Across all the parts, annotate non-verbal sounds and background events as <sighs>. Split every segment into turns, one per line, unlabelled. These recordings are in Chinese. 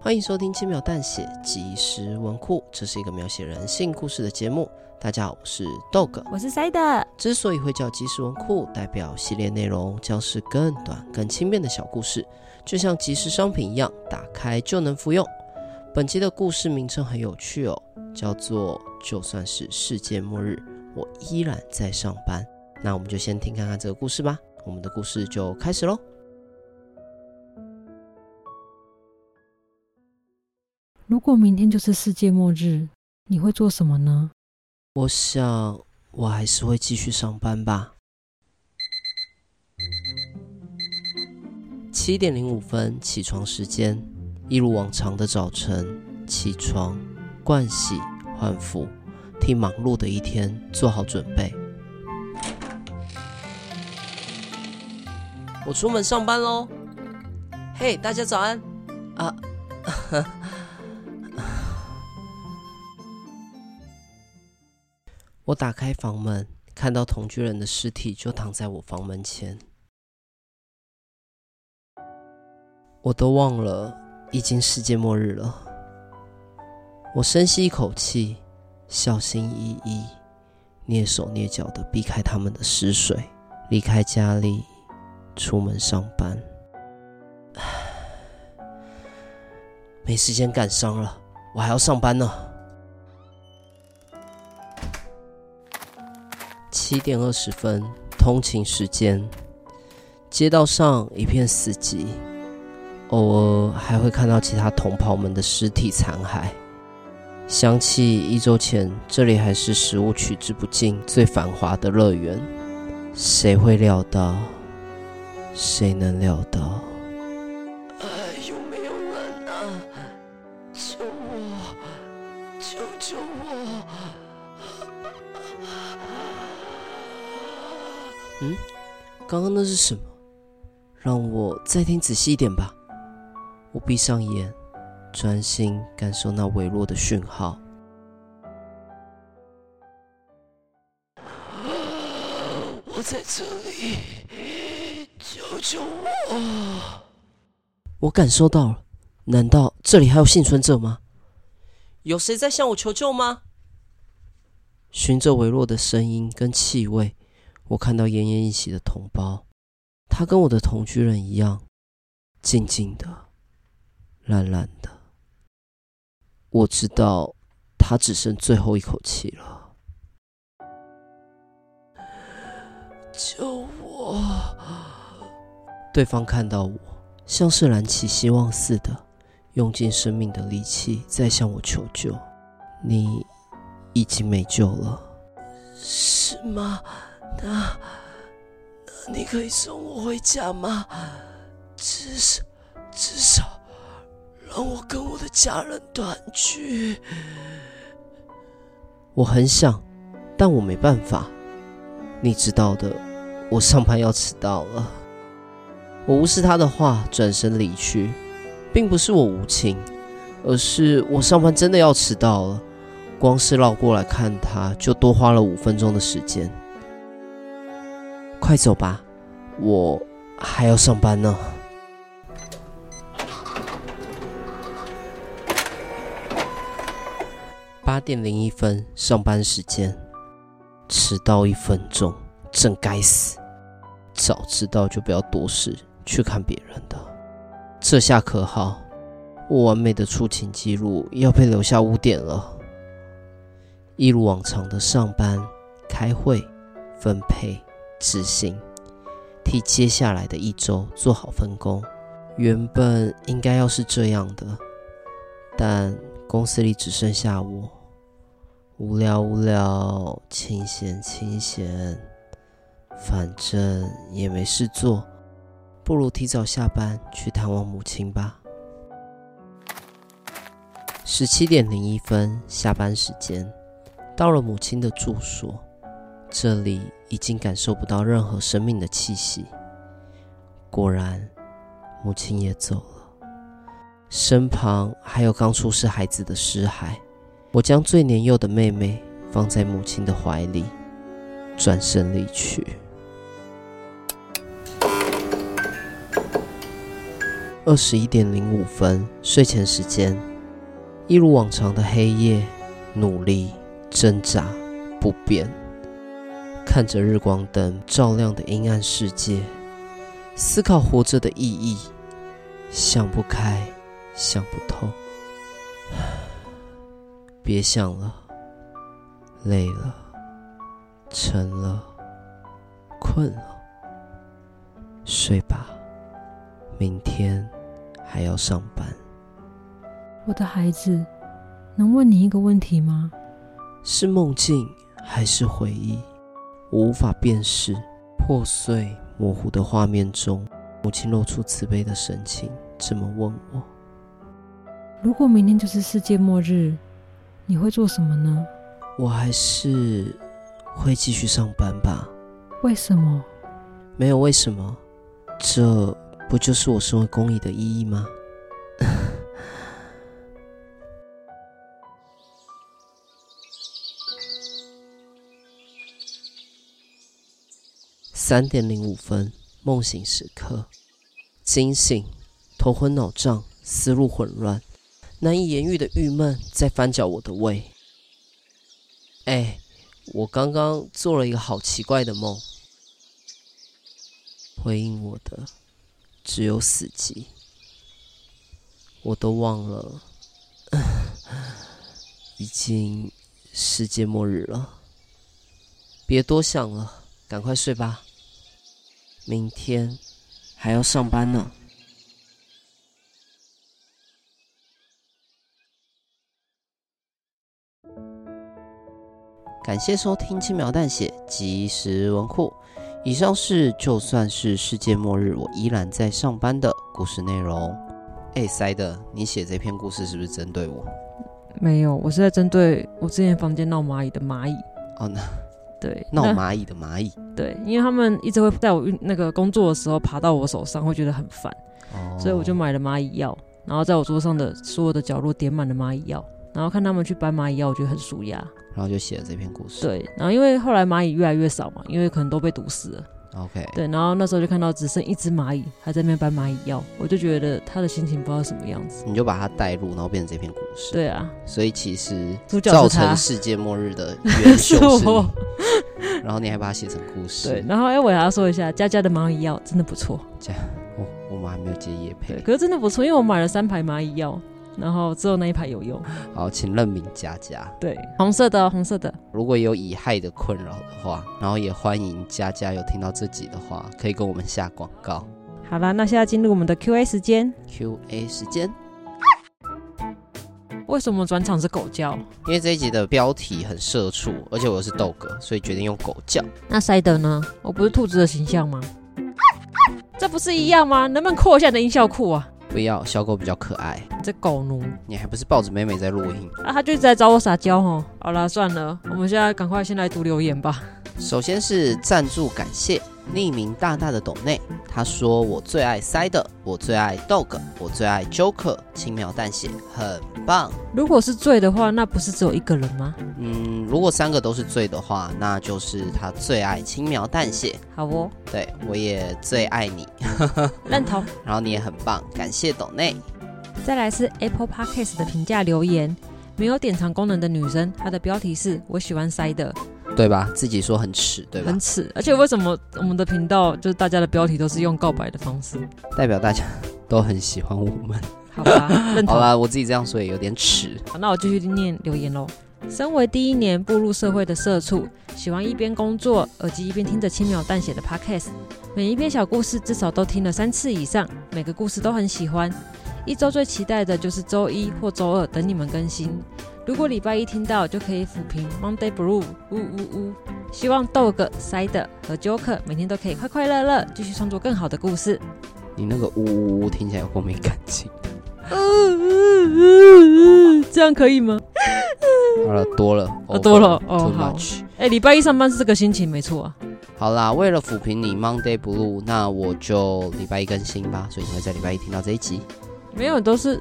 欢迎收听《轻描淡写即时文库》，这是一个描写人性故事的节目。大家好，我是 Dog。
我是 Side，
之所以会叫即时文库，代表系列内容将是更短、更轻便的小故事，就像即时商品一样，打开就能服用。本期的故事名称很有趣哦，叫做“就算是世界末日，我依然在上班”。那我们就先听看看这个故事吧。我们的故事就开始喽。
如果明天就是世界末日，你会做什么呢？
我想，我还是会继续上班吧。七点零五分起床时间，一如往常的早晨起床、盥洗、换服，替忙碌的一天做好准备。我出门上班喽！嘿，大家早安！啊， <laughs> 我打开房门，看到同居人的尸体就躺在我房门前。我都忘了，已经世界末日了。我深吸一口气，小心翼翼、蹑手蹑脚的避开他们的尸水，离开家里，出门上班。唉没时间感伤了，我还要上班呢。七点二十分，通勤时间，街道上一片死寂，偶尔还会看到其他同袍们的尸体残骸。想起一周前，这里还是食物取之不尽、最繁华的乐园，谁会料到？谁能料到？
哎，有没有人啊？救我！救救我！
刚刚那是什么？让我再听仔细一点吧。我闭上眼，专心感受那微弱的讯号。
我在这里！救救我！
我感受到了，难道这里还有幸存者吗？有谁在向我求救吗？循着微弱的声音跟气味，我看到奄奄一息的同胞，他跟我的同居人一样，静静的，懒懒的。我知道他只剩最后一口气了。
救我！
对方看到我，像是燃起希望似的，用尽生命的力气在向我求救。你已经没救了。
是吗？那那你可以送我回家吗？至少至少让我跟我的家人团聚。
我很想，但我没办法。你知道的，我上班要迟到了。我无视他的话，转身离去，并不是我无情，而是我上班真的要迟到了。光是绕过来看他，就多花了五分钟的时间。快走吧，我还要上班呢。八点零一分，上班时间。迟到一分钟，真该死！早知道就不要多事，去看别人的。这下可好，我完美的出勤记录要被留下污点了。一如往常的上班、开会、分配、执行，替接下来的一周做好分工。原本应该要是这样的，但公司里只剩下我。无聊无聊，清闲清闲，反正也没事做，不如提早下班去探望母亲吧。十七点零一分，下班时间，到了母亲的住所，这里已经感受不到任何生命的气息。果然，母亲也走了，身旁还有刚出世孩子的尸骸。我将最年幼的妹妹放在母亲的怀里，转身离去。二十一点零五分，睡前时间，一如往常的黑夜，努力挣扎不变，看着日光灯照亮的阴暗世界，思考活着的意义，想不开，想不透， <sighs> 别想了，累了，沉了，困了，睡吧。明天还要上班。
我的孩子，能问你一个问题吗？
是梦境还是回忆？我无法辨识。破碎模糊的画面中，母亲露出慈悲的神情，这么问我。
如果明天就是世界末日，你会做什么呢？
我还是会继续上班吧。
为什么？
没有为什么，这不就是我身为公益的意义吗？三点零五分，梦醒时刻，惊醒，头昏脑胀，思路混乱，难以言喻的郁闷在翻搅我的胃。哎，我刚刚做了一个好奇怪的梦。回应我的只有死寂，我都忘了，已经世界末日了。别多想了，赶快睡吧。明天还要上班呢。感谢收听《轻描淡写即时文库》。以上是就算是世界末日，我依然在上班的故事内容。哎，塞的，你写这篇故事是不是针对我？
没有，我是在针对我之前房间闹蚂蚁的蚂蚁。
哦，那
对，
闹
那
蚂蚁的蚂蚁
<laughs> 对，因为他们一直会在我运那个工作的时候爬到我手上，会觉得很烦，
哦，
所以我就买了蚂蚁药，然后在我桌上的所有的角落点满了蚂蚁药，然后看他们去搬蚂蚁药，我觉得很舒压。
然后就写了这篇故事。
对，然后因为后来蚂蚁越来越少嘛，因为可能都被毒死了。
，OK，
对，然后那时候就看到只剩一只蚂蚁还在那边搬蚂蚁药，我就觉得他的心情不知道什么样子。
你就把它带入，然后变成这篇故事。，
对啊，
所以其实
主角
造
是他
成世界末日的元
<laughs> 是
凶是
我
你，然后你还把它写成故事。
对，然后哎、我也要说一下，佳佳的蚂蚁药真的不错。
我哦我们还没有接叶
对，
配。
可是真的不错，因为我买了三排蚂蚁药，然后只有那一排有用。
好，请任命佳佳。 <laughs>
对，红色的哦、红色的，
如果有以害的困扰的话，然后也欢迎佳佳有听到这集的话，可以跟我们下广告。
好啦，那现在进入我们的 Q&A 时间。
Q&A 时间，
为什么转场是狗叫？
因为这一集的标题很社畜，而且我又是豆哥，所以决定用狗叫。
那塞德呢？我不是兔子的形象吗？这不是一样吗？能不能扩一下你的音效库啊？
不要，小狗比较可爱。
你这狗奴
你还不是抱着妹妹在录音？
啊！他就一直在找我撒娇哦。好啦，算了，我们现在赶快先来读留言吧。
首先是赞助感谢匿名大大的董内，他说我最爱塞的，我最爱 dog，我最爱 Joker，轻描淡写，很棒。
如果是醉的话，那不是只有一个人吗？
嗯，如果三个都是醉的话，那就是他最爱轻描淡写。
好哦，
对我也最爱你，
认同。
然后你也很棒，感谢董内。
再来是 Apple Podcast 的评价留言，没有典藏功能的女生，她的标题是“我喜欢塞的
对吧？自己说很耻，对吧
很？耻”，而且为什么我们的频道就是大家的标题都是用告白的方式？
代表大家 <laughs> 都很喜欢我 <laughs> 们。
好吧，认同
好。啦，我自己这样说也有点耻。
好那我继续念留言喽。身为第一年步入社会的社畜，喜欢一边工作，耳机一边听着轻描淡写的 podcast，每一篇小故事至少都听了三次以上，每个故事都很喜欢。一周最期待的就是周一或周二等你们更新。如果礼拜一听到，就可以抚平 Monday Blue，呜呜呜！希望豆哥、塞的和 Joker 每天都可以快快乐乐，继续创作更好的故事。
你那个呜呜呜听起来有够没感情。
这样可以吗？
好了，啊多了，
哦多了
over
哦
too
好
much。
哎、礼拜一上班是这个心情，没错啊。
好啦，为了抚平你 Monday Blue，那我就礼拜一更新吧，所以你会在礼拜一听到这一集。
没有，都是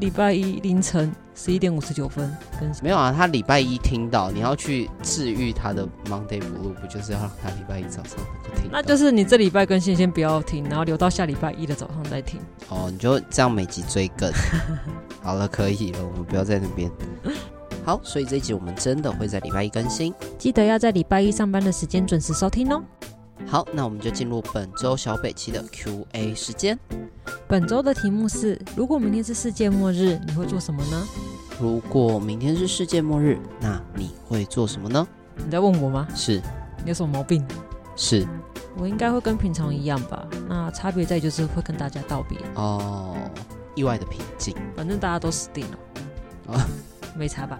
礼拜一凌晨十一点五十九分更新。
没有啊，他礼拜一听到，你要去治愈他的 Monday Blue，不就是要让他礼拜一早上能够听到？
那就是你这礼拜更新先不要听，然后留到下礼拜一的早上再听。
哦，你就这样每集追
<laughs>
更。好了，可以了，我们不要在那边。好，所以这一集我们真的会在礼拜一更新。
记得要在礼拜一上班的时间准时收听哦。
好，那我们就进入本周小北七的 Q&A 时间。
本周的题目是：如果明天是世界末日，你会做什么呢？
如果明天是世界末日，那你会做什么呢？
你在问我吗？
是
你有什么毛病？
是
我应该会跟平常一样吧。那差别在于就是会跟大家道别，
哦，意外的平静。 <laughs>
反正大家都死定了。
啊
没差吧？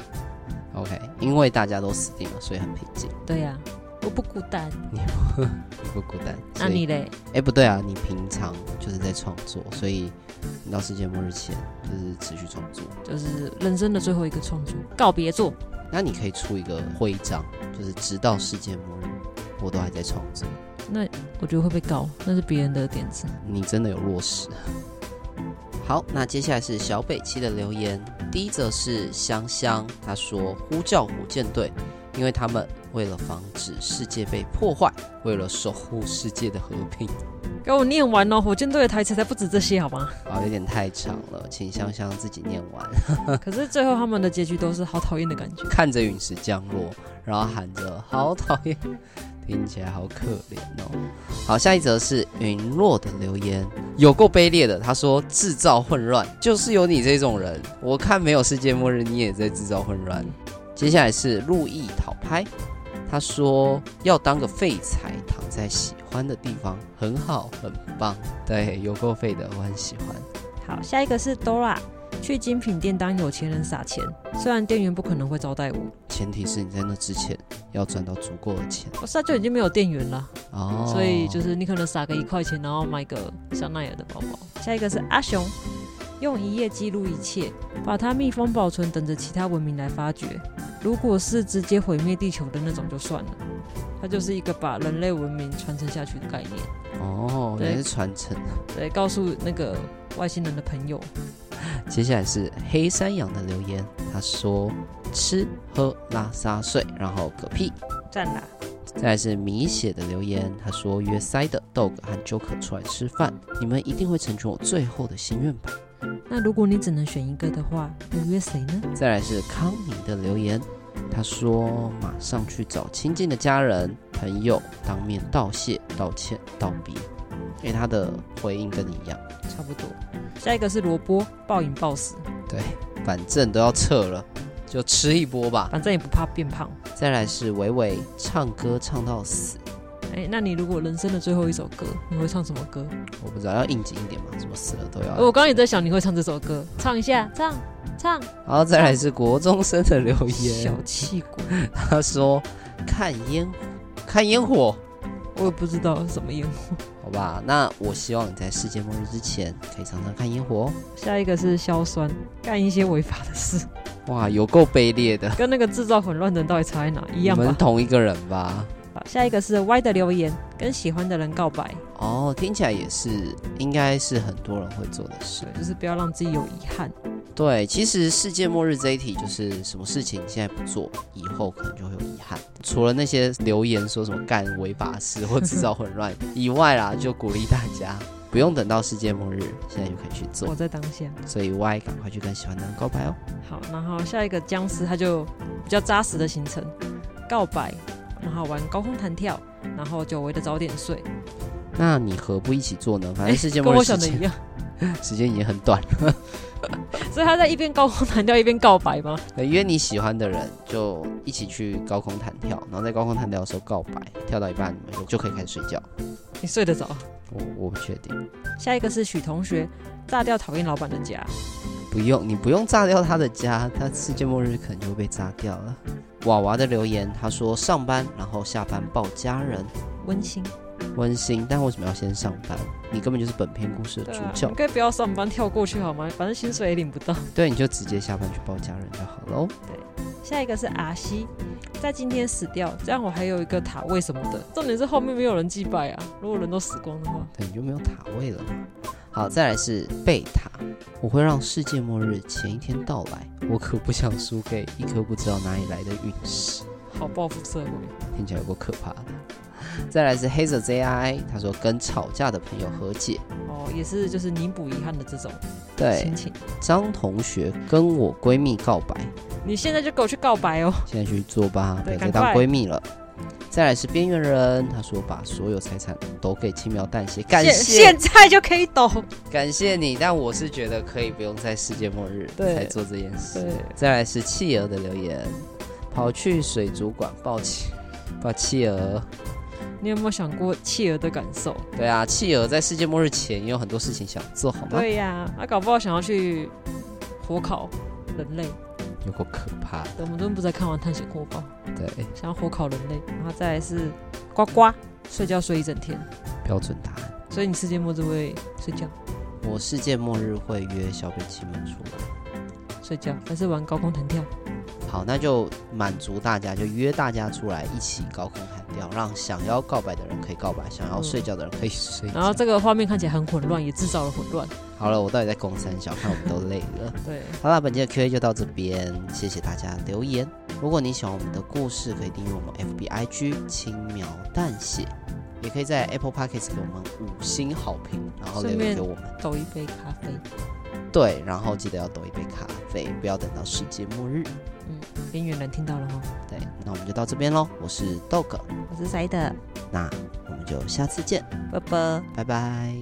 OK，因为大家都死定了，所以很平静，
对啊呀、我不孤单。
你不孤单。
那
所以
你嘞？
哎、不对啊，你平常就是在创作，所以你到世界末日前就是持续创作。
就是人生的最后一个创作告别作。
那你可以出一个徽章，就是直到世界末日，我都还在创作。
我觉得会被告，那是别人的点子。
你真的有落实。 <laughs> 好，那接下来是小北七的留言。第一则是香香，他说呼叫火箭队，因为他们为了防止世界被破坏，为了守护世界的和平。
给我念完哦，火箭队的台词才不止这些好吗？
啊，有点太长了，请香香自己念完。
<laughs> 可是最后他们的结局都是好讨厌的感觉。
看着陨石降落，然后喊着“好讨厌”，听起来好可怜哦。好，下一则是云落的留言，有够卑劣的。他说：“制造混乱，就是有你这种人。我看没有世界末日，你也在制造混乱。”接下来是路易讨拍，他说：“要当个废材，躺在喜欢的地方，很好，很棒。”对，有够废的，我很喜欢。
好，下一个是 Dora 去精品店当有钱人撒钱，虽然店员不可能会招待我，
前提是你在那之前要赚到足够的钱
我哦现在就已经没有店员了，
哦。
所以就是你可能撒个一块钱，然后买个香奈儿的包包。下一个是阿雄，用一页记录一切，把它密封保存，等着其他文明来发掘。如果是直接毁灭地球的那种就算了，它就是一个把人类文明传承下去的概念。
哦，
对
原来是传承。
对，告诉那个外星人的朋友，
接下来是黑山羊的留言，他说吃喝拉撒睡，然后嗝屁。
赞啦！
再来是米血的留言，他说约塞的 dog 和 Joker 出来吃饭，你们一定会成全我最后的心愿吧。那
那如果你只能选一个的话，你约谁呢？
再来是康米的留言，他说马上去找亲近的家人朋友当面道谢、道歉、道别。因为他的回应跟你一样，
差不多。下一个是萝卜，暴饮暴食，
对，反正都要撤了，就吃一波吧。
反正也不怕变胖。
再来是维维唱歌唱到死，
哎，那你如果人生的最后一首歌，你会唱什么歌？
我不知道要应景一点嘛，什么死了都要。
哦我刚刚也在想你会唱这首歌，唱一下，唱唱。
然后再来是国中生的留言
小，气鬼，
他说看烟火看烟火，
我也不知道什么烟火。
好吧，那我希望你在世界末日之前可以常常看烟火哦。
下一个是硝酸，干一些违法
<laughs>
的事，
哇，有够卑劣的，
跟那个制造混乱的人到底差在哪一
你
样
们
吧？
同一个人吧？
好下一个是 Y 的留言，跟喜欢的人告白，
哦，听起来也是，应该是很多人会做的事
对。，就是不要让自己有遗憾。
对，其实世界末日这一题就是什么事情现在不做，以后可能就会有遗憾。除了那些留言说什么干违法事或制造混
<laughs>
乱以外啦，就鼓励大家不用等到世界末日，现在就可以去
活
做。
在当下。
所以 Y 赶快去跟喜欢的人告白哦。
好，然后下一个僵尸他就比较扎实的行程，告白，然后玩高空弹跳，然后久违的早点睡，哎
那你何不一起做呢？反正世界末
跟
日
我
时
想的一
间
样。
时间已经很短了，
所以他在一边高空弹跳一边告白吗？
约你喜欢的人就一起去高空弹跳，然后在高空弹跳的时候告白，跳到一半你们就就可以开始睡觉。
你睡得着？
我我不确定。
下一个是许同学炸掉讨厌老板的家，
不用，你不用炸掉他的家，他世界末日可能就会被炸掉了。娃娃的留言，他说上班然后下班抱家人，
温馨。
温馨。但为什么要先上班？你根本就是本片故事的
对
主
啊，
角，
你可以不要上班跳过去好吗？反正薪水 <laughs> 也领不到。
对，你就直接下班去抱家人就好喽。
下一个是阿西，在今天死掉，这样我还有一个塔位什么的。重点是后面没有人祭拜啊，如果人都死光的话，
对，你就没有塔位了。好，再来是贝塔，我会让世界末日前一天到来，我可不想输给一颗不知道哪里来的陨石，
好报复社会。
听起来有够可怕的。再来是黑色 ZI，他说跟吵架的朋友和解，
哦，也是就是弥补遗憾的这种
对
心，情。
张同学跟我闺蜜告白，
你现在就给我去告白哦，
现在去做吧，不
对
要再
赶
当
快
闺蜜了。再来是边缘人，他说把所有财产都给轻描淡写，感
现
谢
现在就可以抖。
感谢你，但我是觉得可以不用在世界末日
对
才做这件事。
对，
再来是企鹅的留言，跑去水族馆抱企抱企鹅。
你有没有想过企鹅的感受？
对啊，企鹅在世界末日前也有很多事情想做，好吗？
对呀、他搞不好想要去火烤人类。
有够可怕的。
我们真不在看完《探险活宝》，
对，
想要火烤人类，然后再来是呱呱，睡觉睡一整天，
标准答案。
所以你世界末日会睡觉
我世界末日会约小北亲们出来。
睡觉，还是玩高空弹跳？
好，那就满足大家，就约大家出来一起高空喊调，让想要告白的人可以告白，想要
嗯
睡觉的人可以睡觉。
然后这个画面看起来很混乱，也制造了混乱。
好了，我到底在攻三小，看我们都累了。
对，
好啦，本期的 Q&A 就到这边，谢谢大家留言。如果你喜欢我们的故事，可以订阅我们 FBIG 轻描淡写，也可以在 Apple Podcast 给我们五星好评，然后留言
顺便
给我们。
抖一杯咖啡，
对，然后记得要抖一杯咖啡，不要等到世界末日。
边缘人听到了吗？
对，那我们就到这边喽。我是 Dog，
我是谁的？
那我们就下次见，
啵啵。
拜拜。